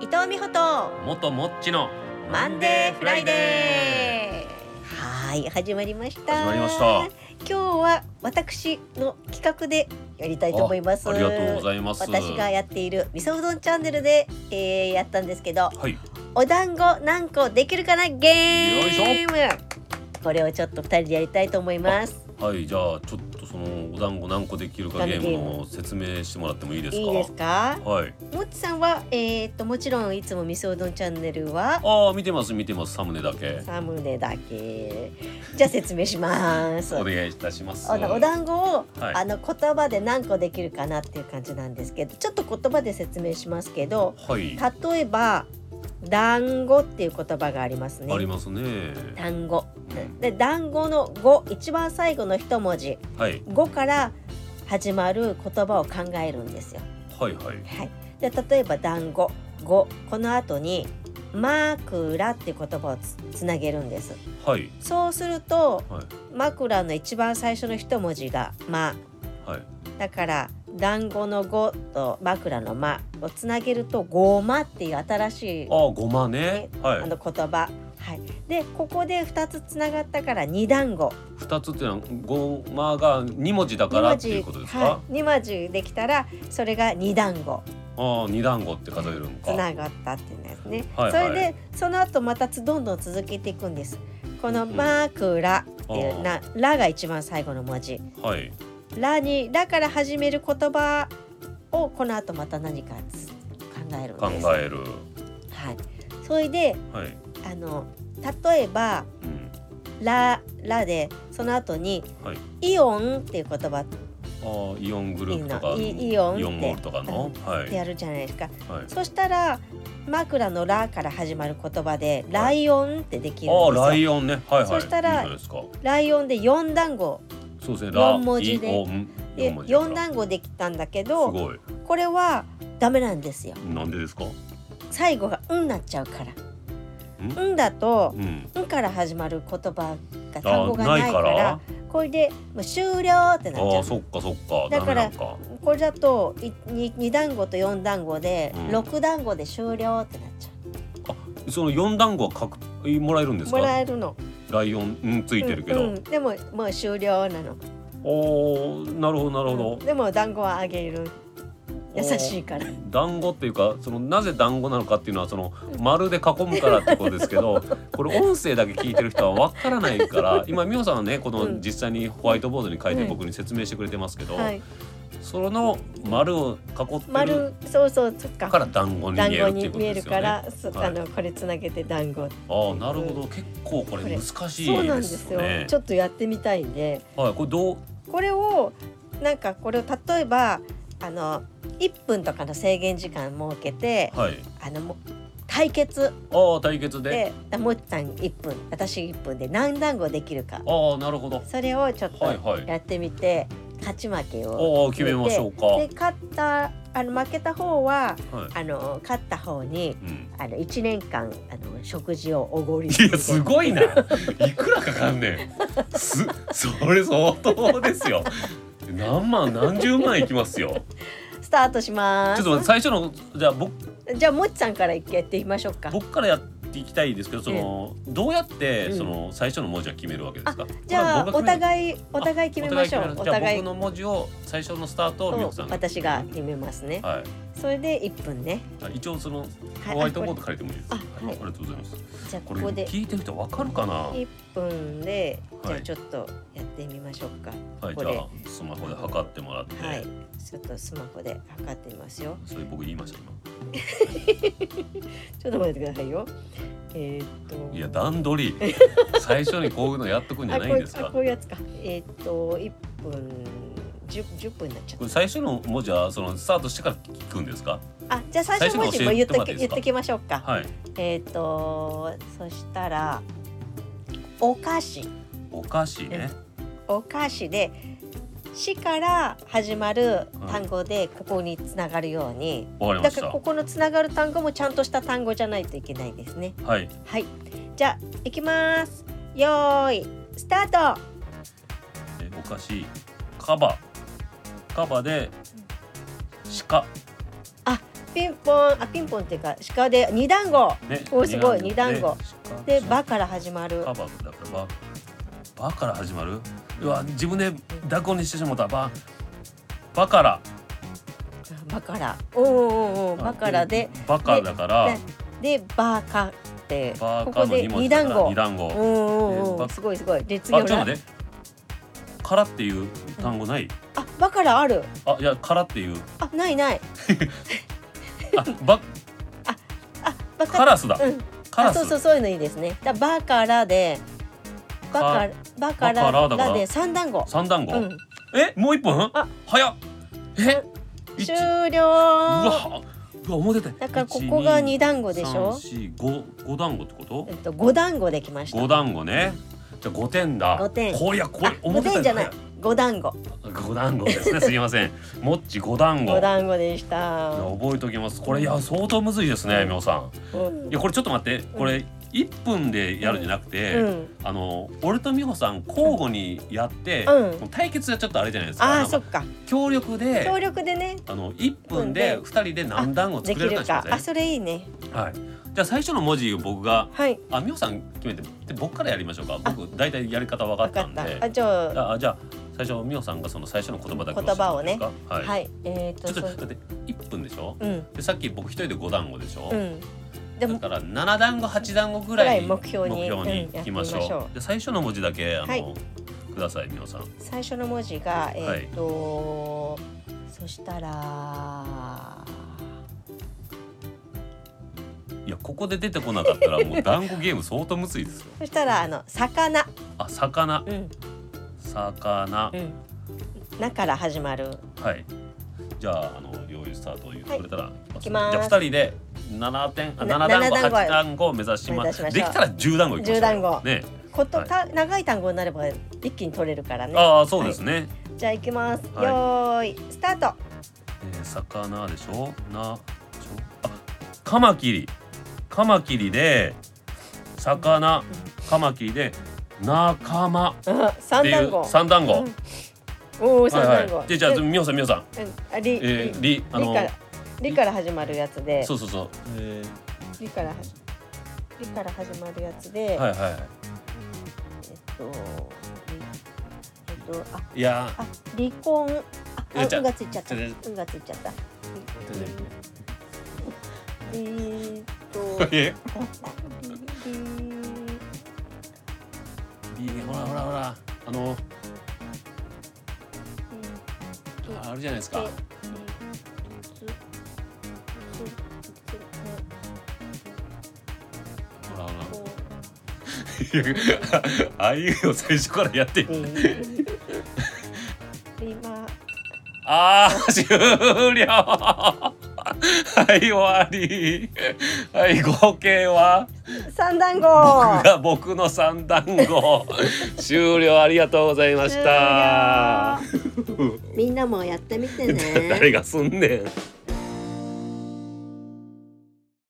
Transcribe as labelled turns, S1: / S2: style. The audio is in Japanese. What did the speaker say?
S1: 伊藤美穂と
S2: 元もっちの
S1: マンデーフライデーはい始まりました
S2: 始まりました
S1: 今日は私の企画でやりたいと思います
S2: ありがとうございます
S1: 私がやっているみそうどんチャンネルで、えー、やったんですけど
S2: はい
S1: お団子何個できるかなゲームこれをちょっと二人でやりたいと思います
S2: はいじゃあちょっとそのお団子何個できるかゲームの説明してもらってもいいですか
S1: いいですか
S2: はい
S1: もっちさんはえー、っともちろんいつもみそうどんチャンネルは
S2: ああ見てます見てますサムネだけ
S1: サムネだけじゃあ説明します
S2: お願いいたします
S1: あのお団子を、
S2: はい
S1: あの言葉で何個できるかなっていう感じなんですけどちょっと言葉で説明しますけど
S2: はいあ
S1: 例えば「団子」っていう言葉がありますね。
S2: りますね
S1: 団子で団子の「語」一番最後の一文字
S2: はい
S1: 「語」から始まる言葉を考えるんですよ。
S2: はいはい
S1: はい、で例えば「団子」「語」この後に「枕」っていう言葉をつつなげるんです。
S2: はい
S1: そうすると
S2: はい
S1: 枕の一番最初の一文字が「ま」
S2: はい
S1: だから団子の「ご」と枕の「ま」をつなげると「ごま」っていう新しい、
S2: ああごまね
S1: ね
S2: は
S1: あ
S2: い
S1: の言葉。はい、でここで2つつながったから二団子
S2: 二つってのはごまが二文字だからっていうことですか、
S1: はい、2文字できたらそれが二団子
S2: ああ二団子って数えるの
S1: つ
S2: か
S1: ながったっていうんですね、
S2: はいはい
S1: それでその後またつどんどん続けていくんですこの「枕」っていうな「ら」が一番最後の文字
S2: はい
S1: ラにラから始める言葉をこの後また何かつ考えるん
S2: 考
S1: です。
S2: える
S1: はい。それで
S2: はい、
S1: あの例えば
S2: うん、
S1: ララでその後に、
S2: はい
S1: イオンっていう言葉
S2: ああイオングループとか
S1: いいなイイオンって
S2: イオンモールとかのはい
S1: ってやるじゃないですか。
S2: はい
S1: そしたら枕のラから始まる言葉でライオンってできるん
S2: ああ
S1: ですよ。
S2: ライオンねはいはい
S1: そしたら
S2: いいじゃないですか
S1: ライオンで四団子
S2: そうですねラ
S1: 四文字で
S2: イオン
S1: で
S2: 文字だから
S1: 四団子できたんだけ
S2: す
S1: ど
S2: ごい
S1: これはダメなんですよ。
S2: なんでですか
S1: 最後が「ん」になっちゃうから。
S2: ん
S1: んだと
S2: うん
S1: 「ん」から始まる言葉が単
S2: あ
S1: 語がないから
S2: あ
S1: これでもう終了ってなっちゃ
S2: ー
S1: う
S2: そっかそっか
S1: だ
S2: ダメ
S1: から
S2: なんか
S1: これだといに二団子と四団子で
S2: うん
S1: 六団子で終了ってなっちゃ
S2: その四団子はかくもらえるんで
S1: う
S2: す
S1: もら
S2: か
S1: えるの
S2: ライオンうんついてるけど、
S1: うんうんでももう終了なの
S2: おおなるほどなるほど、
S1: でも団子はあげる優しいから
S2: 団子っていうかそのなぜ団子なのかっていうのはその丸で囲むからってことです けどこれ音声だけ聞いてる人はわからないから今美穂さんはねこ
S1: う
S2: の
S1: ん
S2: 実際にホワイトボードに書いて
S1: うん
S2: 僕に説明してくれてますけど、
S1: はい
S2: その丸を囲ってる
S1: 丸そうそうそっか
S2: から団子に
S1: 団
S2: 見える
S1: 子
S2: ってい
S1: に
S2: うこ
S1: 見
S2: と
S1: え
S2: で
S1: る
S2: すよ
S1: か
S2: ね。
S1: らそ
S2: はい
S1: あのこれつなげて団子
S2: ああなるほど結構これ
S1: これ
S2: 難しい
S1: そうなんで
S2: で
S1: す
S2: す
S1: よ
S2: よね
S1: ち。ょっとやってみたいんで
S2: はいこれどう
S1: これをなんかこれを例えばあの1分とかの制限時間設けて
S2: はい
S1: あのもう対決
S2: ああ対決で
S1: でもっちさん1分私1分で何団子できるか
S2: ああなるほど
S1: それをちょっ
S2: はい
S1: と
S2: はい
S1: やってみて勝ち負けを
S2: ああ決めましょうか。
S1: で勝ったあの負けた方は
S2: はい
S1: あの勝った方に
S2: うん
S1: あの1年間あの食事をおごり
S2: いやすごいな。いくらかかんねん。すそれ相当ですよ。何万何十万いきますよ。
S1: スタートしま
S2: ち
S1: す
S2: ょっと待って最初のじゃあ僕
S1: じゃあもっちさんから一回やってみましょうか
S2: 僕からやっていきたいですけどそのどうやって
S1: うん
S2: その最初の文字は決めるわけですか。
S1: じゃあ
S2: これは
S1: お
S2: 僕が決める
S1: 互いお互い決めましょう
S2: お
S1: お
S2: 互
S1: 互
S2: い
S1: い
S2: 決めるじゃあ僕の文字を最初のスタートをみ
S1: を
S2: くさんが。
S1: 私が決めますね
S2: はい。
S1: それで1分ね
S2: あ一応その
S1: はい
S2: ホワイトボード借りてもいいですか。
S1: あ
S2: はい
S1: はい
S2: ありがとうございます。
S1: じゃあ
S2: こ
S1: こ
S2: れ
S1: こで
S2: 聞いてる人わかるかな。
S1: 1分でじゃ
S2: は
S1: あ
S2: い
S1: ちょっとやってみましょうか
S2: はい
S1: こ
S2: じ
S1: れ
S2: ゃあスマホで測ってもらって。
S1: はいちょっとスマホで測ってみますよ
S2: それ僕言いました今。
S1: ちょっと待ってくださいよえーっと
S2: いや段取り最初にこういうのやっとくんじゃ
S1: あ
S2: な
S1: こ
S2: いん
S1: うい
S2: です
S1: あ
S2: か
S1: こういうやつかえーっと1分 10, 10分になっちゃっ
S2: これ最初の文字はそのスタートしてから聞くんですか
S1: たあじゃあ最初の文字も
S2: 最
S1: 言っ
S2: 初
S1: と
S2: の教えてもらってい
S1: き言
S2: いです
S1: っ
S2: か
S1: ときましょうか、
S2: はい
S1: えーっとそしたらお菓子
S2: お菓子ね
S1: お菓子で「し」から始まる単語でここにつながるように、
S2: わかりま
S1: だ
S2: し
S1: から
S2: た
S1: ここのつながる単語もちゃんとした単語じゃないといけないですね
S2: はい
S1: はいじゃあいきますよーいスタート
S2: えお菓子カバカバで鹿
S1: ピンポンあピンポンっていうか鹿で二団子
S2: ね
S1: おすごい二団子
S2: ね
S1: で
S2: 鹿
S1: バから始まる
S2: ババだからババから始まるうわ自分で濁音にしてしまったババから
S1: バからおーおーおーバからで
S2: バカだから
S1: ででバカって
S2: バ
S1: こ
S2: カ
S1: こ
S2: の
S1: で
S2: 二文
S1: 二
S2: 字だ
S1: 団
S2: から
S1: 子
S2: 二団子
S1: おーおー
S2: で
S1: お
S2: バ
S1: ーすごいすごいで次
S2: あ
S1: は
S2: ちょっと待ってからっていう単語ない
S1: あバからある
S2: あいやからっていう
S1: あないない
S2: あバ
S1: あバ
S2: カラスだ
S1: うん
S2: カラ
S1: あそうそ
S2: ス
S1: うそういうのいいですねだバからでバかバか
S2: バから
S1: ら
S2: だから
S1: で三団子
S2: 三団子
S1: うん
S2: えもう一本
S1: あ
S2: 早っえ一
S1: 終
S2: う
S1: 了
S2: わうわ表で
S1: だからここが二団子
S2: 個
S1: でしょ
S2: 四五五団子ってこと
S1: えっと五団子できました
S2: 五団子ねじゃあ五点だ
S1: 五点
S2: こういやこ
S1: あ
S2: れ
S1: 五
S2: 表で
S1: 点じゃない五団子
S2: 五団子ですね。すみません。もっち五団子。
S1: 五
S2: いや
S1: 団子でした
S2: 覚えておきます。これいや相当むずいですね、みょうさん。
S1: うん
S2: いやこれちょっと待って。これ一分でやるんじゃなくて、
S1: うん
S2: あの俺と美穂さん交互にやって、
S1: う
S2: 対決はちょっとあれじゃないですか。
S1: あ
S2: な
S1: あ
S2: ん
S1: そ
S2: か
S1: っか
S2: 協力で
S1: 協力でね
S2: あの一分で
S1: うんで
S2: 二人で何団子
S1: で
S2: 作
S1: き
S2: れ
S1: る
S2: るかにしま
S1: か
S2: せん
S1: あそれいいね
S2: はい。じゃあ最初の文字を僕が
S1: はい
S2: あ美穂さん決めてで僕からやりましょうか。僕大体やり方分か
S1: わ
S2: っ
S1: か
S2: た
S1: っ
S2: んで。
S1: たあじゃあ
S2: あじゃあ最初美穂さんがその最初の言葉だけ教えて
S1: 言葉をね
S2: もらっていいですかはい。
S1: はいえっ
S2: ちょ
S1: と
S2: っと
S1: そ
S2: だっ
S1: う
S2: て1分でしょ
S1: うん
S2: でさっき僕一人で5団子でしょ、
S1: うんで
S2: だ
S1: も
S2: から7団子8団子ぐらい
S1: ぐらい目標に
S2: 目標に
S1: うんや
S2: い
S1: って
S2: き
S1: みま
S2: ま
S1: し
S2: し
S1: ょ
S2: ょ
S1: う
S2: う,、で最初の文字だけあの、
S1: はい
S2: ください美穂さん
S1: 最初の文字がえっとそしたら
S2: いやここで出てこなかったら もう団子ゲーム相当むずいですよ
S1: そしたらあの魚
S2: あ魚
S1: うん
S2: 魚、
S1: うんなから始まる
S2: はいじゃああの用意スタートを言ってくれたら、い
S1: きます
S2: じゃあ2人で7点あ
S1: な
S2: 7団子
S1: 七団子
S2: 8団子を目指し
S1: 目
S2: ま
S1: 指し
S2: す
S1: ましょう
S2: できたら10団子いきましょう
S1: 10団子
S2: ね
S1: こと、
S2: はい
S1: た長い単語になれば一気に取れるからね
S2: ああそうですね、
S1: じゃあ行きます、
S2: はい
S1: よーいスタート
S2: えー魚でしょなちょあカマキリカマキリで魚カマキリで仲間
S1: うん
S2: っ
S1: 三
S2: てい
S1: 団
S2: う
S1: 子
S2: 三団子、
S1: うんおお
S2: は
S1: 三
S2: い
S1: 団
S2: は
S1: 子
S2: いでじゃあみおさんみおさん
S1: うんあり、
S2: えー
S1: り
S2: りあ
S1: り
S2: の
S1: からりから始まるやつで
S2: そうそうそう、え
S1: りからはじりから始まるやつで、
S2: ー、はいはいは
S1: えっとりえっとあ
S2: いいや
S1: あ離婚ああ
S2: いやじゃあ
S1: うんがついちゃった
S2: ちょちょ
S1: うんがついちゃった
S2: ー
S1: えーっとり
S2: え
S1: り
S2: いいねほらほらほらあの
S1: うん
S2: ああるじゃないですかほらほ らいやああいうの最初からやって
S1: リリマ
S2: ああ終了はい終わりはい合計は
S1: 三団子
S2: 僕が僕の三団子終了ありがとうございました
S1: みんなもやってみてね
S2: 誰がすんねん